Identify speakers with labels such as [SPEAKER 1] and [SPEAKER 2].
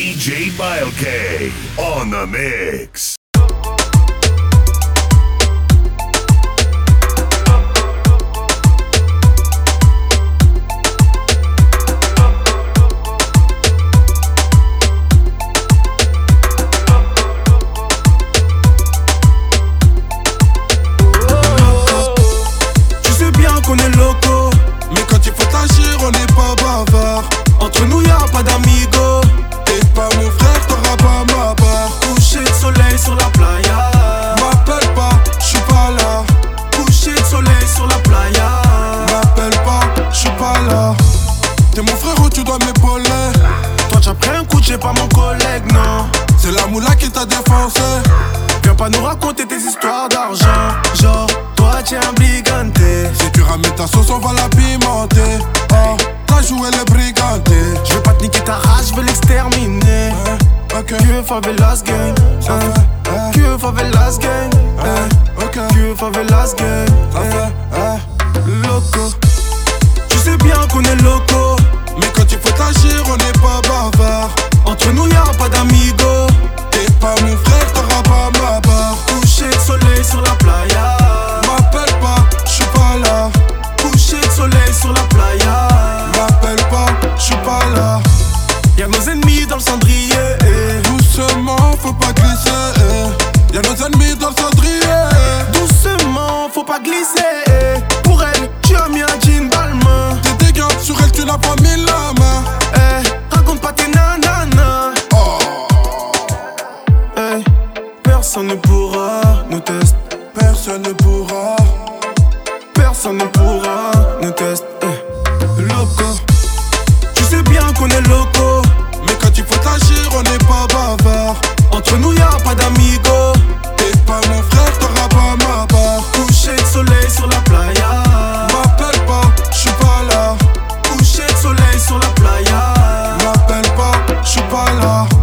[SPEAKER 1] DJ Mile K on the mix.
[SPEAKER 2] Tu sais bien qu'on est locaux, mais quand il faut t'agir, on n'est pas bavard. Entre nous, y a pas d'amigo. T'es pas mon frère, t'auras pas ma part. Coucher de soleil sur la playa. M'appelle pas, j'suis pas là. Coucher de soleil sur la playa. M'appelle pas, j'suis pas là. T'es mon frère, tu dois m'épauler. Toi, t'as pris un coup, j'ai pas mon collègue, non. C'est la moula qui t'a défoncé. Viens pas nous raconter tes histoires d'argent. Genre, toi, t'es un brigante. Si tu ramènes ta sauce, on va la pimenter. Oh, t'as joué le brigante. Je vais pas te niquer hein. ta race, je vais l'exterminer. Que favelas gang. hein. Que favelas gang. hein. Que favelas gang. hein. Loco. Tu sais bien qu'on est locaux Mais quand il faut agir, on n'est pas bavard Entre nous, y a pas d'amigo T'es pas mon frère, t'auras pas ma part Coucher de soleil sur la playa M'appelle pas, j'suis pas là Coucher de soleil sur la playa M'appelle pas, j'suis pas là Y'a nos ennemis dans le cendrier eh. Doucement, faut pas glisser eh. Y'a nos ennemis dans le cendrier eh. Doucement, faut pas glisser eh. Pour elle, tu as mis un jean balmain T'es dégâts, sur elle tu n'as pas mis la main eh. Raconte pas tes nananas Eh. Personne ne pourra nous tester Personne ne pourra Personne ne pourra nous tester eh. Loco tu sais bien qu'on est locaux Mais quand il faut agir, on n'est pas bavard Entre nous, y a pas d'amigo T'es pas mon frère, t'auras pas ma part Coucher de soleil sur la playa M'appelle pas, j'suis pas là Coucher de soleil sur la playa M'appelle pas, j'suis pas là